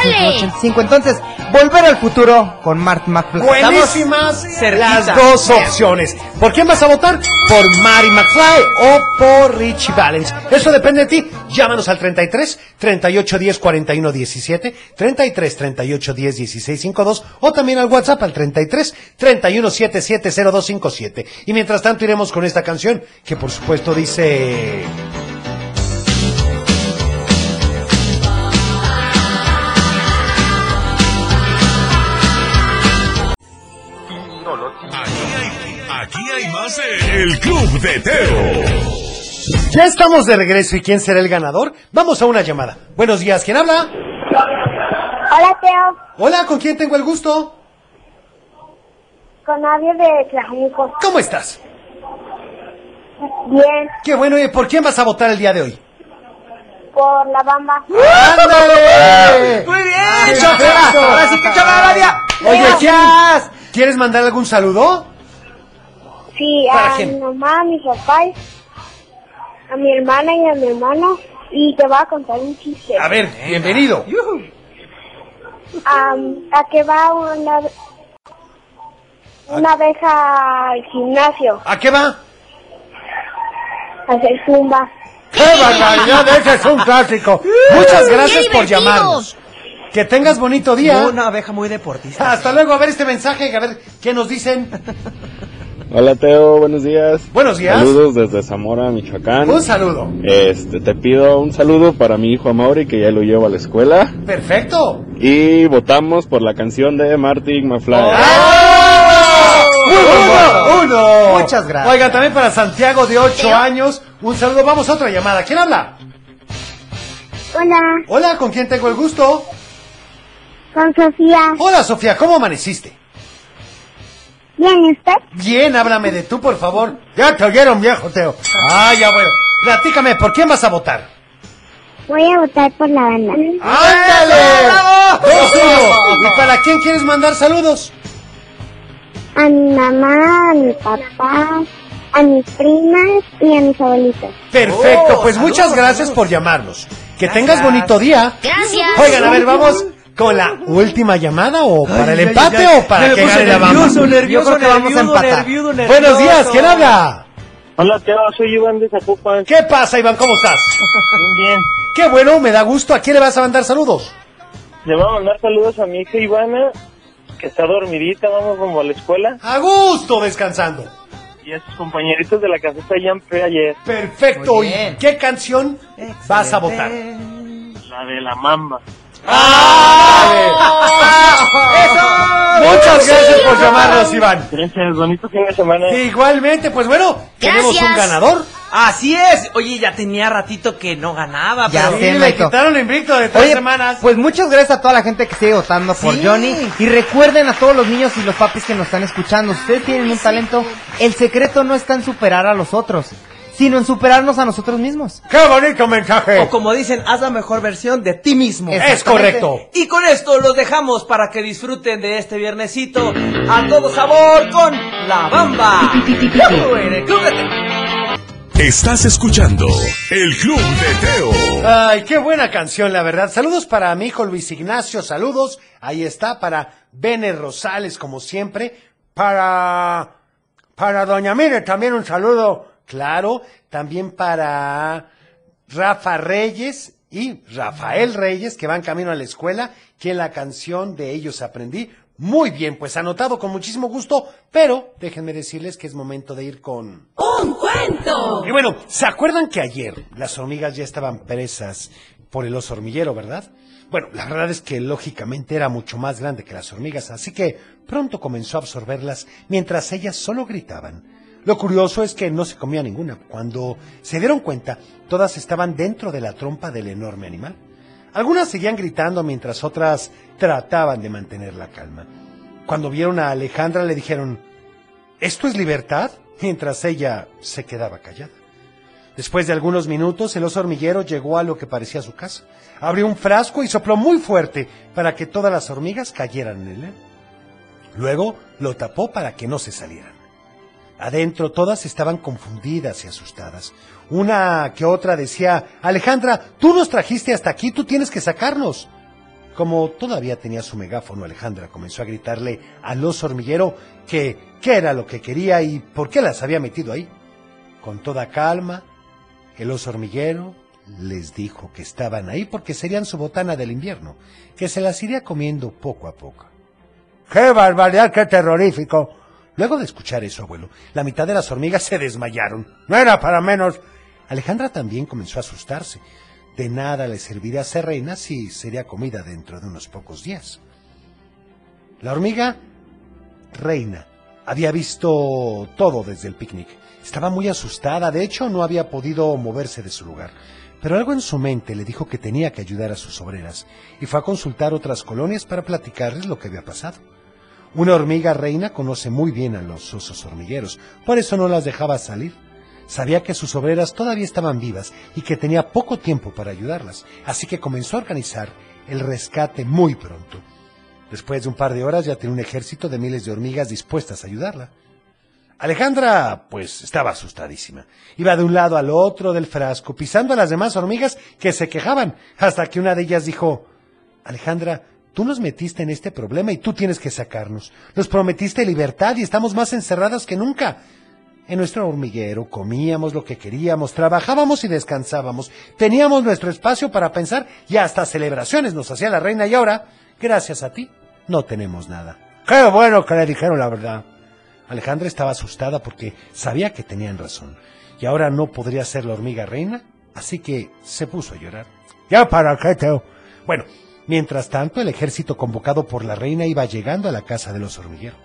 Speaker 23: 1985. Entonces, Volver al Futuro con Marty McFly.
Speaker 8: Buenísimas
Speaker 23: cerquita.
Speaker 8: las dos opciones. ¿Por quién vas a votar? ¿Por Mary McFly o por Richie Valens? Eso depende de ti. Llámanos al 33 38 10 41 17, 33 38 10 16 52 o también al WhatsApp al 33 31 77 02 57. Y mientras tanto iremos con esta canción que por supuesto dice...
Speaker 2: Aquí hay más de El Club de Teo.
Speaker 8: Ya estamos de regreso y ¿quién será el ganador? Vamos a una llamada. Buenos días, ¿quién habla?
Speaker 14: Hola, Teo.
Speaker 8: Hola, ¿con quién tengo el gusto?
Speaker 14: Con nadie de Tlajico.
Speaker 8: ¿Cómo estás?
Speaker 14: Bien,
Speaker 8: Qué bueno, ¿y por quién vas a votar el día de hoy?
Speaker 14: por la bamba.
Speaker 8: ¡Ándale!
Speaker 21: Muy bien,
Speaker 8: Ay,
Speaker 21: Chofera.
Speaker 8: eso.
Speaker 21: Ahora sí que Chofera Arabia.
Speaker 8: Oye, ¿quién-
Speaker 21: Gracias.
Speaker 8: ¿quieres mandar algún saludo?
Speaker 14: Sí,
Speaker 8: ¿Para
Speaker 14: a
Speaker 8: quién?
Speaker 14: mi mamá, a mis papás, a mi hermana y a mi hermano. Y te voy a contar un chiste.
Speaker 23: Ah.
Speaker 8: A ver, bienvenido.
Speaker 14: Am, ¿A qué va una,
Speaker 23: Ah.
Speaker 14: una abeja al gimnasio?
Speaker 8: ¿A qué va?
Speaker 14: A hacer zumba.
Speaker 8: ¡Qué barbaridad! Ese es un clásico. Muchas gracias por llamarnos. Que tengas bonito día.
Speaker 21: Una abeja muy deportista.
Speaker 8: Hasta luego, a ver este mensaje, a ver qué nos dicen.
Speaker 20: Hola Teo, buenos días.
Speaker 8: Buenos días. Pues-
Speaker 20: Saludos desde Zamora, Michoacán.
Speaker 8: Un saludo.
Speaker 20: Este, te pido un saludo para mi hijo Amaury que ya lo llevo a la escuela.
Speaker 8: Perfecto.
Speaker 20: Y votamos por la canción de Martin McFly.
Speaker 8: Uno, uno.
Speaker 23: Muchas gracias.
Speaker 8: Oiga, también para Santiago de 8 años, un saludo. Vamos a otra llamada. ¿Quién habla?
Speaker 14: Hola,
Speaker 8: Hola, ¿con quién tengo el gusto?
Speaker 14: con Sofía.
Speaker 8: Hola, Sofía, ¿cómo amaneciste?
Speaker 14: ¿Bien estás?
Speaker 8: Bien, háblame de tú, por favor. Ya te oyeron, viejo Teo. Ah, ya bueno. Platícame, ¿por quién vas a votar?
Speaker 14: Voy a votar por la banda.
Speaker 8: ¡Ándale! Dos, uno. ¿Y para quién quieres mandar saludos?
Speaker 14: A mi mamá, a mi papá, a mis primas y a mis abuelitos.
Speaker 8: Perfecto,
Speaker 14: Oh,
Speaker 8: pues
Speaker 14: saludos,
Speaker 8: muchas gracias por llamarnos. Que tengas bonito día.
Speaker 14: Gracias.
Speaker 8: Oigan, a ver, vamos con la última llamada o para el empate o para que gane la bamba.
Speaker 21: nervioso,
Speaker 8: Yo creo que vamos a
Speaker 21: nervioso,
Speaker 8: empatar.
Speaker 21: nervioso, nervioso.
Speaker 8: Buenos días, ¿quién habla?
Speaker 22: Hola, Teo, soy Iván de Zapopan.
Speaker 8: ¿Qué pasa, Iván? ¿Cómo estás?
Speaker 22: Bien.
Speaker 8: Qué bueno, me da gusto. ¿A quién le vas a mandar saludos?
Speaker 22: Le voy a mandar saludos a mi hija Ivana, que está dormidita, vamos como a la escuela,
Speaker 8: A gusto, descansando.
Speaker 22: y a sus compañeritos de la caseta ya fue ayer.
Speaker 8: Perfecto. ¿Y qué canción vas a votar?
Speaker 22: La de la mamba. ¡Ah!
Speaker 8: ¡Ah! Muchas gracias por llamarnos, Iván.
Speaker 22: Gracias, bonito fin de semana.
Speaker 8: Igualmente, pues bueno, tenemos un ganador.
Speaker 21: Así es. Oye, ya tenía ratito que no ganaba.
Speaker 23: Ya
Speaker 21: pero
Speaker 23: sé,
Speaker 21: sí,
Speaker 23: Maito.
Speaker 8: Quitaron invicto de tres
Speaker 23: Oye,
Speaker 8: semanas.
Speaker 23: pues muchas gracias a toda la gente que sigue votando por
Speaker 8: Sí.
Speaker 23: Johnny. Y recuerden a todos los niños y los papis que nos están escuchando, si ustedes tienen un talento, el secreto no está en superar a los otros, sino en superarnos a nosotros mismos.
Speaker 8: ¡Qué bonito mensaje!
Speaker 21: O como dicen, haz la mejor versión de ti mismo.
Speaker 8: Es correcto.
Speaker 21: Y con esto los dejamos para que disfruten de este viernesito a todo sabor con La Bamba. ¡Yujú! En el Club de Teo.
Speaker 2: Estás escuchando El Club de Teo.
Speaker 8: Ay, qué buena canción, la verdad. Saludos para mi hijo Luis Ignacio, saludos. Ahí está, para Bene Rosales, como siempre. Para. Para Doña Mire, también un saludo, claro. También para Rafa Reyes y Rafael Reyes, que van camino a la escuela, que la canción de ellos aprendí. Muy bien, pues anotado con muchísimo gusto, pero déjenme decirles que es momento de ir con.
Speaker 7: un cuento.
Speaker 8: Y bueno, ¿se acuerdan que ayer las hormigas ya estaban presas por el oso hormiguero, verdad? Bueno, la verdad es que lógicamente era mucho más grande que las hormigas, así que pronto comenzó a absorberlas mientras ellas solo gritaban. Lo curioso es que no se comía ninguna. Cuando se dieron cuenta, todas estaban dentro de la trompa del enorme animal. Algunas seguían gritando mientras otras trataban de mantener la calma. Cuando vieron a Alejandra le dijeron, ¿esto es libertad? mientras ella se quedaba callada. Después de algunos minutos, el oso hormiguero llegó a lo que parecía su casa. Abrió un frasco y sopló muy fuerte para que todas las hormigas cayeran en él. Luego lo tapó para que no se salieran. Adentro todas estaban confundidas y asustadas. Una que otra decía, Alejandra, tú nos trajiste hasta aquí, tú tienes que sacarnos. Como todavía tenía su megáfono, Alejandra comenzó a gritarle al oso hormiguero que qué era lo que quería y por qué las había metido ahí. Con toda calma, el oso hormiguero les dijo que estaban ahí porque serían su botana del invierno, que se las iría comiendo poco a poco. ¡Qué barbaridad, qué terrorífico! Luego de escuchar eso, abuelo, la mitad de las hormigas se desmayaron. No era para menos. Alejandra también comenzó a asustarse. De nada le serviría ser reina si sería comida dentro de unos pocos días. La hormiga reina había visto todo desde el picnic. Estaba muy asustada, de hecho no había podido moverse de su lugar. Pero algo en su mente le dijo que tenía que ayudar a sus obreras y fue a consultar otras colonias para platicarles lo que había pasado. Una hormiga reina conoce muy bien a los osos hormigueros, por eso no las dejaba salir. Sabía que sus obreras todavía estaban vivas y que tenía poco tiempo para ayudarlas, así que comenzó a organizar el rescate muy pronto. Después de un par de horas ya tenía un ejército de miles de hormigas dispuestas a ayudarla. Alejandra, pues, estaba asustadísima. Iba de un lado al otro del frasco, pisando a las demás hormigas que se quejaban, hasta que una de ellas dijo, Alejandra, tú nos metiste en este problema y tú tienes que sacarnos. Nos prometiste libertad y estamos más encerradas que nunca. En nuestro hormiguero comíamos lo que queríamos, trabajábamos y descansábamos, teníamos nuestro espacio para pensar y hasta celebraciones nos hacía la reina y ahora, gracias a ti, no tenemos nada. Qué bueno que le dijeron la verdad. Alejandra estaba asustada porque sabía que tenían razón y ahora no podría ser la hormiga reina, así que se puso a llorar. Ya para qué, Teo. Bueno, mientras tanto el ejército convocado por la reina iba llegando a la casa de los hormigueros.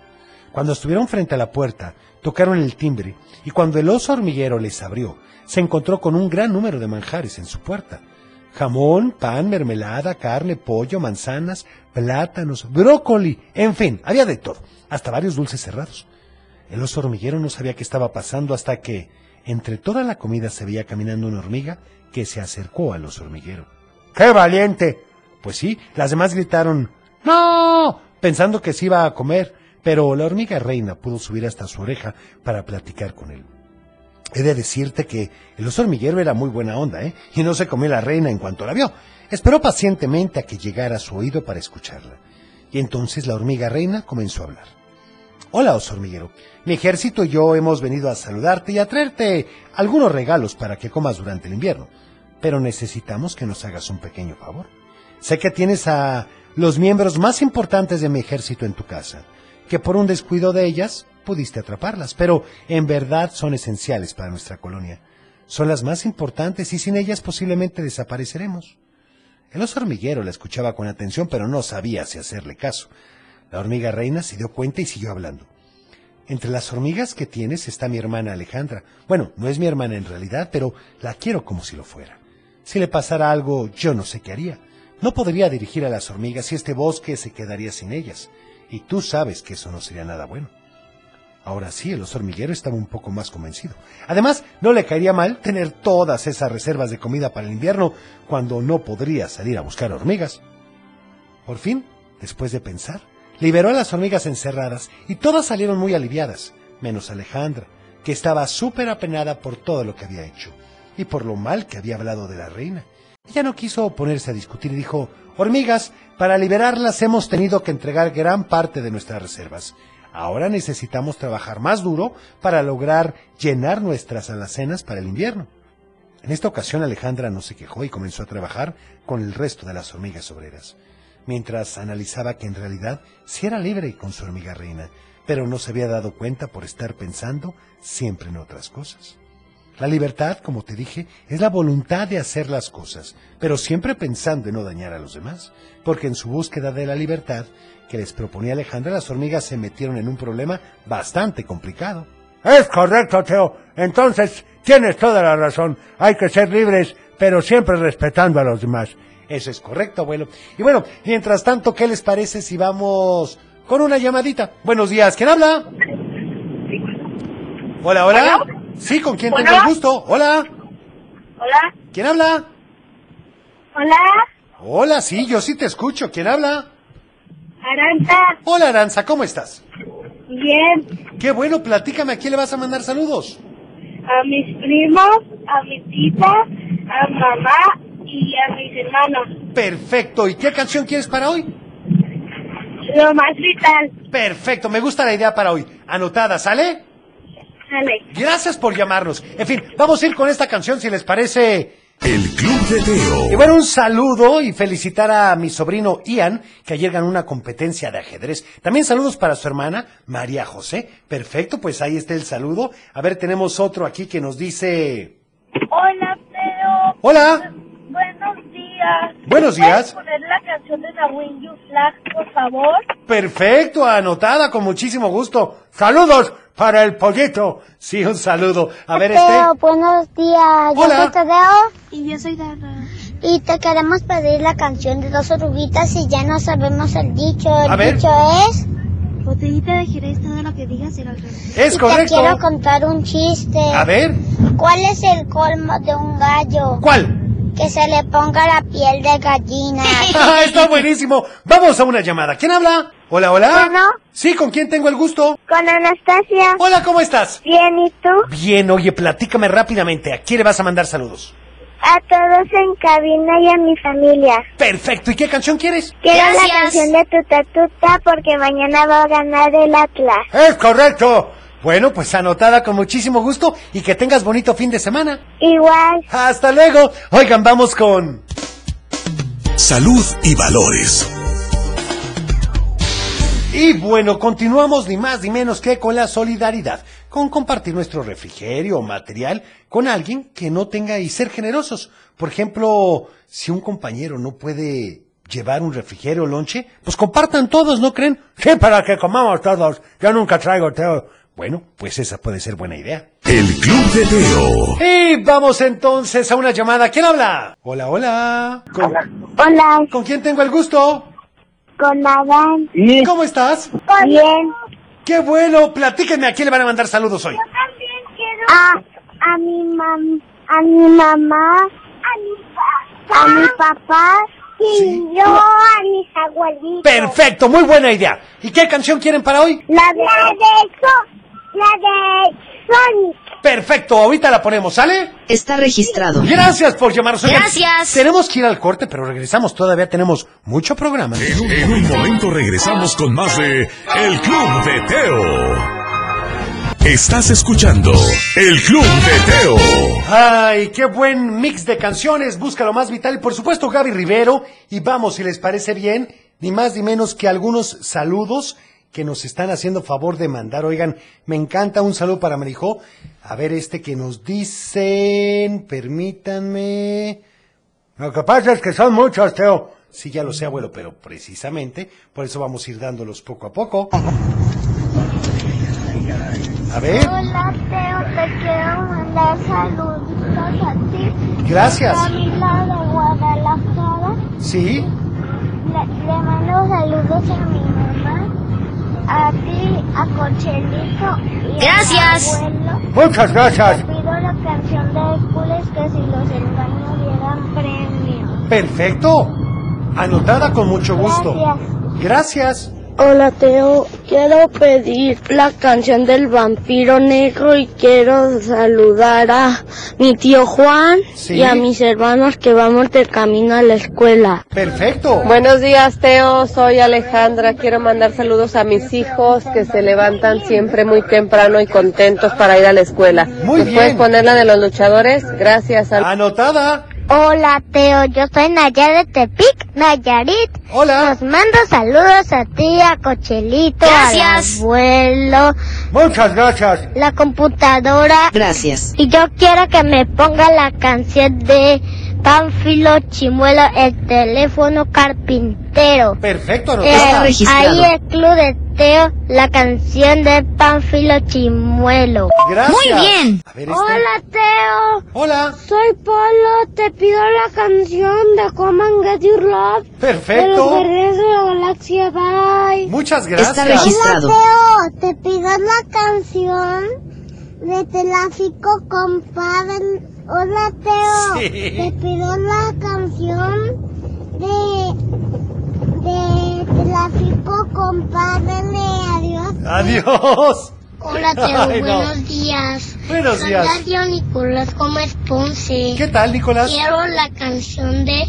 Speaker 8: Cuando estuvieron frente a la puerta, tocaron el timbre y cuando el oso hormiguero les abrió, se encontró con un gran número de manjares en su puerta. Jamón, pan, mermelada, carne, pollo, manzanas, plátanos, brócoli, en fin, había de todo, hasta varios dulces cerrados. El oso hormiguero no sabía qué estaba pasando hasta que, entre toda la comida, se veía caminando una hormiga que se acercó al oso hormiguero. ¡Qué valiente! Pues sí, las demás gritaron ¡No! pensando que se iba a comer, pero la hormiga reina pudo subir hasta su oreja para platicar con él. He de decirte que el oso hormiguero era muy buena onda, ¿eh? Y no se comió la reina en cuanto la vio. Esperó pacientemente a que llegara a su oído para escucharla. Y entonces la hormiga reina comenzó a hablar. Hola, oso hormiguero. Mi ejército y yo hemos venido a saludarte y a traerte algunos regalos para que comas durante el invierno. Pero necesitamos que nos hagas un pequeño favor. Sé que tienes a los miembros más importantes de mi ejército en tu casa que por un descuido de ellas pudiste atraparlas, pero en verdad son esenciales para nuestra colonia. Son las más importantes y sin ellas posiblemente desapareceremos. El oso hormiguero la escuchaba con atención, pero no sabía si hacerle caso. La hormiga reina se dio cuenta y siguió hablando. Entre las hormigas que tienes está mi hermana Alejandra. Bueno, no es mi hermana en realidad, pero la quiero como si lo fuera. Si le pasara algo, yo no sé qué haría. No podría dirigir a las hormigas y este bosque se quedaría sin ellas y tú sabes que eso no sería nada bueno. Ahora sí, el oso hormiguero estaba un poco más convencido. Además, no le caería mal tener todas esas reservas de comida para el invierno cuando no podría salir a buscar hormigas. Por fin, después de pensar, liberó a las hormigas encerradas y todas salieron muy aliviadas, menos Alejandra, que estaba súper apenada por todo lo que había hecho y por lo mal que había hablado de la reina. Ella no quiso ponerse a discutir y dijo, hormigas, para liberarlas hemos tenido que entregar gran parte de nuestras reservas. Ahora necesitamos trabajar más duro para lograr llenar nuestras alacenas para el invierno. En esta ocasión Alejandra no se quejó y comenzó a trabajar con el resto de las hormigas obreras, mientras analizaba que en realidad sí era libre con su hormiga reina, pero no se había dado cuenta por estar pensando siempre en otras cosas. La libertad, como te dije, es la voluntad de hacer las cosas, pero siempre pensando en no dañar a los demás, porque en su búsqueda de la libertad que les proponía Alejandra, las hormigas se metieron en un problema bastante complicado.
Speaker 3: Es correcto, Teo. Entonces, tienes toda la razón. Hay que ser libres, pero siempre respetando a los demás.
Speaker 8: Eso es correcto, abuelo. Y bueno, mientras tanto, ¿qué les parece si vamos con una llamadita? Buenos días, ¿quién habla? Hola, hola. Sí, ¿con quién tengo
Speaker 14: Hola.
Speaker 8: el gusto? Hola.
Speaker 14: Hola,
Speaker 8: ¿Quién habla?
Speaker 14: hola,
Speaker 8: Hola, sí, yo sí te escucho. ¿Quién habla?
Speaker 14: Aranza,
Speaker 8: Hola, Aranza, ¿cómo estás?
Speaker 14: bien,
Speaker 8: Qué bueno, platícame, ¿a quién le vas a mandar saludos?
Speaker 14: a mis primos, a mi tita, a mamá y a mis hermanos.
Speaker 8: Perfecto, ¿y qué canción quieres para hoy?
Speaker 14: Lo más vital,
Speaker 8: Perfecto, me gusta la idea para hoy. Anotada, ¿sale?
Speaker 14: sale.
Speaker 8: Gracias por llamarnos. En fin, vamos a ir con esta canción si les parece.
Speaker 2: El Club de Teo.
Speaker 8: Y bueno, un saludo y felicitar a mi sobrino Ian, que ayer ganó una competencia de ajedrez. También saludos para su hermana María José. Perfecto, pues ahí está el saludo. A ver, tenemos otro aquí que nos dice...
Speaker 14: Hola, Teo.
Speaker 8: Hola.
Speaker 14: Buenos días.
Speaker 8: Buenos días.
Speaker 14: ¿Puedes poner la canción de la Win You Flag, por favor?
Speaker 8: Perfecto, anotada con muchísimo gusto. Saludos para el pollito. Sí, un saludo. A ver, este...
Speaker 7: Tadeo, buenos días. Yo
Speaker 8: Hola.
Speaker 7: soy Tadeo
Speaker 9: Y yo soy Dana.
Speaker 7: y te queremos pedir la canción de dos oruguitas y ya no sabemos el dicho. El
Speaker 8: A ver.
Speaker 7: dicho es... Botellita de Jerez, todo lo que digas será
Speaker 8: Es correcto.
Speaker 7: Te quiero contar un chiste.
Speaker 8: A ver,
Speaker 7: ¿Cuál es el colmo de un gallo?
Speaker 8: ¿cuál?
Speaker 7: Que se le ponga la piel de gallina.
Speaker 8: Ah, está buenísimo. Vamos a una llamada. ¿Quién habla? Hola, hola.
Speaker 7: Bueno.
Speaker 8: Sí, ¿con quién tengo el gusto?
Speaker 7: Con Anastasia.
Speaker 8: Hola, ¿cómo estás?
Speaker 7: Bien, ¿y tú?
Speaker 8: Bien, oye, platícame rápidamente. ¿A quién le vas a mandar saludos?
Speaker 7: A todos en cabina y a mi familia.
Speaker 8: Perfecto. ¿Y qué canción quieres?
Speaker 7: Quiero la canción de Tuta Tuta porque mañana va a ganar el Atlas.
Speaker 8: Es correcto. Bueno, pues anotada con muchísimo gusto y que tengas bonito fin de semana.
Speaker 7: Igual.
Speaker 8: Hasta luego. Oigan, vamos con...
Speaker 2: Salud y valores.
Speaker 8: Y bueno, continuamos ni más ni menos que con la solidaridad, con compartir nuestro refrigerio o material con alguien que no tenga y ser generosos. Por ejemplo, si un compañero no puede llevar un refrigerio o lonche, pues compartan todos, ¿no creen?
Speaker 3: Sí, para que comamos todos. Yo nunca traigo, Teo.
Speaker 8: Bueno, pues esa puede ser buena idea.
Speaker 2: El Club de Teo.
Speaker 8: Y vamos entonces a una llamada. ¿Quién habla? Hola, hola. ¿Con,
Speaker 7: Hola,
Speaker 8: ¿con quién tengo el gusto?
Speaker 7: con Adán.
Speaker 8: ¿Cómo estás?
Speaker 7: Bien.
Speaker 8: Qué bueno. Platíquenme a quién le van a mandar saludos hoy.
Speaker 14: También quiero
Speaker 7: A, a mi mam, a mi mamá,
Speaker 14: a mi papá.
Speaker 7: a mi papá y
Speaker 8: Sí.
Speaker 7: yo a mis abuelitos.
Speaker 8: Perfecto, muy buena idea. ¿Y qué canción quieren para hoy?
Speaker 7: La de, la de, So- la de Sonic.
Speaker 8: Perfecto, ahorita la ponemos, ¿sale?
Speaker 13: Está registrado.
Speaker 8: Gracias por llamarnos. Oigan,
Speaker 13: Gracias.
Speaker 8: Tenemos que ir al corte, pero regresamos. Todavía tenemos mucho programa.
Speaker 2: En un momento regresamos con más de El Club de Teo. Estás escuchando El Club de Teo.
Speaker 8: Ay, qué buen mix de canciones. Busca lo más vital. Y por supuesto, Gaby Rivero. Y vamos, si les parece bien, ni más ni menos que algunos saludos que nos están haciendo favor de mandar. Oigan, me encanta un saludo para Marijó. A ver, este que nos dicen. Permítanme.
Speaker 3: Lo que pasa es que son muchos, Teo.
Speaker 8: Sí, ya lo sé, abuelo, pero precisamente por eso vamos a ir dándolos poco a poco. A ver,
Speaker 7: Hola, Teo, te quiero mandar saluditos a ti.
Speaker 8: Gracias.
Speaker 7: Camila de Guadalajara.
Speaker 8: sí,
Speaker 7: Le, le mando saludos a mi mamá, a ti, a Cochelito y
Speaker 13: Gracias.
Speaker 7: a mi abuelo.
Speaker 3: Muchas gracias.
Speaker 7: Te pido la canción de Hércules que si los engaños dieran premio.
Speaker 8: perfecto. Anotada con mucho gusto. Gracias.
Speaker 9: Hola Teo, quiero pedir la canción del vampiro negro y quiero saludar a mi tío Juan
Speaker 8: Sí.
Speaker 9: y a mis hermanos que vamos de camino a la escuela.
Speaker 8: Perfecto.
Speaker 16: Buenos días, Teo. Soy Alejandra. Quiero mandar saludos a mis hijos que se levantan siempre muy temprano y contentos para ir a la escuela.
Speaker 8: Muy
Speaker 16: ¿Me
Speaker 8: bien.
Speaker 16: puedes poner la de los luchadores? Gracias. Al...
Speaker 8: Anotada.
Speaker 17: Hola Teo, yo soy Nayar de Tepic, Nayarit. Hola. Nos mando saludos a ti, a Cochelito,
Speaker 3: Gracias.
Speaker 17: al abuelo,
Speaker 3: Muchas gracias.
Speaker 17: la computadora.
Speaker 3: Gracias.
Speaker 17: Y yo quiero que me ponga la canción de Pánfilo Chimuelo, el teléfono carpintero.
Speaker 8: Perfecto,
Speaker 17: Eh,
Speaker 8: anotada.
Speaker 17: ahí el club de Teo, la canción de Pánfilo Chimuelo.
Speaker 8: Gracias. Muy bien. A ver, este-
Speaker 7: Hola, Teo.
Speaker 8: Hola.
Speaker 7: Soy Polo. Te pido la canción de Come and Get Your Love.
Speaker 8: Perfecto.
Speaker 7: De los Guerreros de la Galaxia. Bye.
Speaker 8: Muchas gracias. Está registrado.
Speaker 7: Hola, Teo. Te pido la canción de Tráfico Compadre. Hola, Teo.
Speaker 5: Sí.
Speaker 7: Te pido la canción de... De tráfico, compadre, adiós.
Speaker 8: Adiós.
Speaker 7: Hola, Teo.
Speaker 8: Ay, no.
Speaker 7: Buenos días.
Speaker 8: Buenos días.
Speaker 7: Soy Radio Nicolás Gómez Ponce.
Speaker 8: ¿Qué tal, Nicolás?
Speaker 7: Quiero la canción de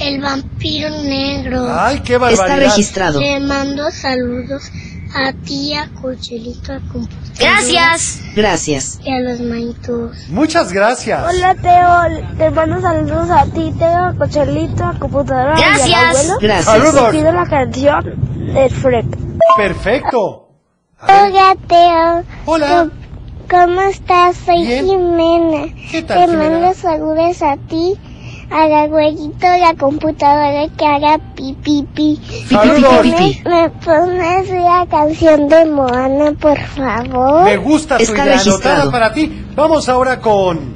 Speaker 7: El vampiro negro.
Speaker 8: Ay, qué barbaridad. Está registrado.
Speaker 7: Le mando saludos a ti, a Cochelito, a computadora.
Speaker 8: Gracias.
Speaker 7: Y a los manitos.
Speaker 8: Muchas gracias.
Speaker 7: Teo, te mando saludos a ti, Teo, a Cochelito, a computadora
Speaker 5: y al Gracias. abuelo. Gracias. Saludos. Te pido
Speaker 7: la canción de Fred.
Speaker 8: Perfecto.
Speaker 7: Hola, Teo.
Speaker 8: Hola.
Speaker 7: ¿Cómo estás? Soy Jimena.
Speaker 8: ¿Qué tal,
Speaker 7: Te
Speaker 8: Jimena?
Speaker 7: mando saludos a ti, al abuelito, a la computadora que haga pipi pi.
Speaker 8: Saludos.
Speaker 7: ¿Me,
Speaker 8: pi,
Speaker 7: me pones la canción de Moana, por favor?
Speaker 8: Me gusta tu idea anotada para ti. Vamos ahora con...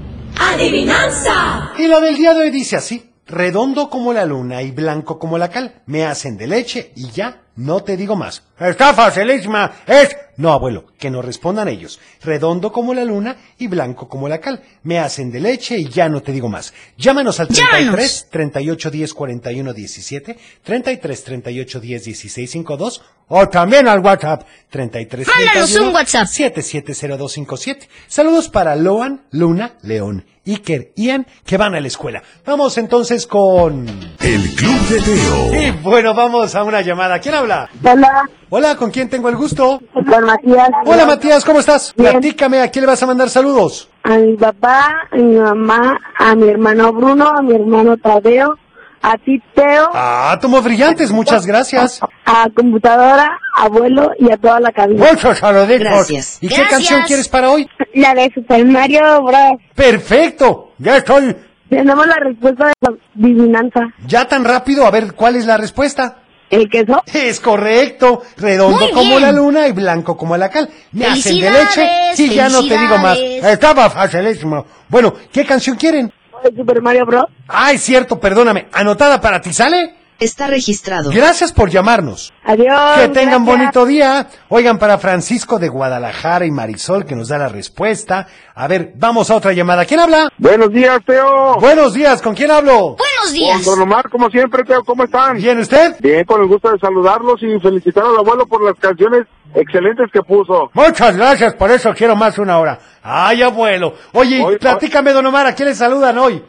Speaker 7: ¡Adivinanza!
Speaker 8: Y la del día de hoy dice así. Redondo como la luna y blanco como la cal. Me hacen de leche y ya no te digo más. Está facilísima. Es... No, abuelo, que no respondan ellos. Redondo como la luna y blanco como la cal. Me hacen de leche y ya no te digo más. Llámanos al 33 38 10 41 17, 33 38 10 16 52 o también al WhatsApp 33
Speaker 5: Mándanos un
Speaker 8: WhatsApp 770257. Saludos para Loan, Luna, León, Iker, Ian que van a la escuela. Vamos entonces con
Speaker 2: El Club de Teo.
Speaker 8: Y bueno, vamos a una llamada. ¿Quién habla?
Speaker 24: Hola.
Speaker 8: Hola, ¿con quién tengo el gusto?
Speaker 24: Con Matías.
Speaker 8: Hola Matías, ¿cómo estás? Platícame, ¿a quién le vas a mandar saludos?
Speaker 24: A mi papá, a mi mamá, a mi hermano Bruno, a mi hermano Tadeo, a ti Teo,
Speaker 8: Ah, Tomo Brillantes, muchas gracias.
Speaker 24: a computadora, abuelo y a toda la cabina.
Speaker 8: Muchos saluditos. ¿Y qué canción quieres para hoy?
Speaker 24: La de Super Mario Bros.
Speaker 8: Perfecto, ya estoy.
Speaker 24: Tenemos la respuesta de la adivinanza.
Speaker 8: Ya tan rápido, a ver, ¿cuál es la respuesta?
Speaker 24: ¿El queso?
Speaker 8: Es correcto. Redondo
Speaker 24: Muy
Speaker 8: como
Speaker 24: bien.
Speaker 8: la luna y blanco como la cal. Me hacen de leche.
Speaker 24: Felicidades,
Speaker 8: Sí, ya no te digo más.
Speaker 24: felicidades.
Speaker 8: Estaba facilísimo. Bueno, ¿qué canción quieren?
Speaker 24: Super Mario Bros.
Speaker 8: Ay, cierto, perdóname. Anotada para ti, ¿sale? Está registrado. Gracias por llamarnos.
Speaker 24: Adiós.
Speaker 8: Que tengan
Speaker 24: Oh, gracias.
Speaker 8: bonito día. Oigan, para Francisco de Guadalajara y Marisol que nos da la respuesta. A ver, vamos a otra llamada. ¿Quién habla?
Speaker 25: Buenos días,
Speaker 24: Oh.
Speaker 25: Teo.
Speaker 8: Buenos días, ¿con quién hablo?
Speaker 25: Buenos días. Don Omar, como siempre, Teo, ¿cómo están?
Speaker 8: Bien, ¿usted?
Speaker 25: Bien, con el gusto de saludarlos y felicitar al abuelo por las canciones excelentes que puso.
Speaker 8: Muchas gracias, por eso quiero más una hora. Ay, abuelo. Oye,
Speaker 25: Hoy-
Speaker 8: platícame, don Omar, ¿a quién le saludan hoy?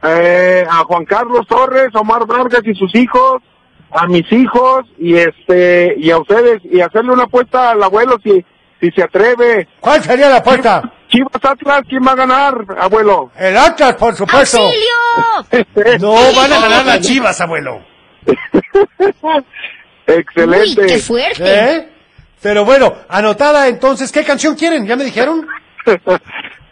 Speaker 25: Eh, a Juan Carlos Torres, Omar Vargas y sus hijos, a mis hijos y este y a ustedes y hacerle una apuesta al abuelo si si se atreve.
Speaker 8: ¿Cuál sería la apuesta?
Speaker 25: Chivas Atlas, ¿quién va a ganar, abuelo?
Speaker 8: El Atlas, por supuesto. No van a ganar las chivas, abuelo.
Speaker 25: Excelente.
Speaker 8: Uy,
Speaker 25: qué fuerte.
Speaker 8: ¿Eh? Pero bueno, anotada entonces, ¿qué canción quieren? ¿Ya me dijeron?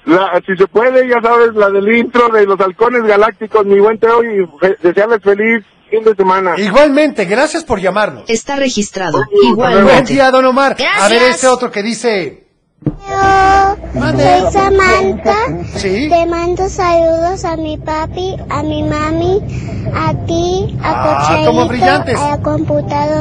Speaker 25: La- si se puede, ya sabes, la del intro de los halcones galácticos, mi buen Teo, y fe- desearles feliz fin de semana.
Speaker 8: Igualmente, gracias por llamarnos. Está registrado.
Speaker 25: Igualmente.
Speaker 8: Buen día, don Omar. A
Speaker 25: Gracias.
Speaker 8: ver este otro que dice...
Speaker 7: Soy Samantha. Te mando saludos a mi papi, a mi mami, a ti,
Speaker 16: Ah,
Speaker 7: a
Speaker 16: como
Speaker 7: Cochelito,
Speaker 16: brillantes.
Speaker 7: a la computadora.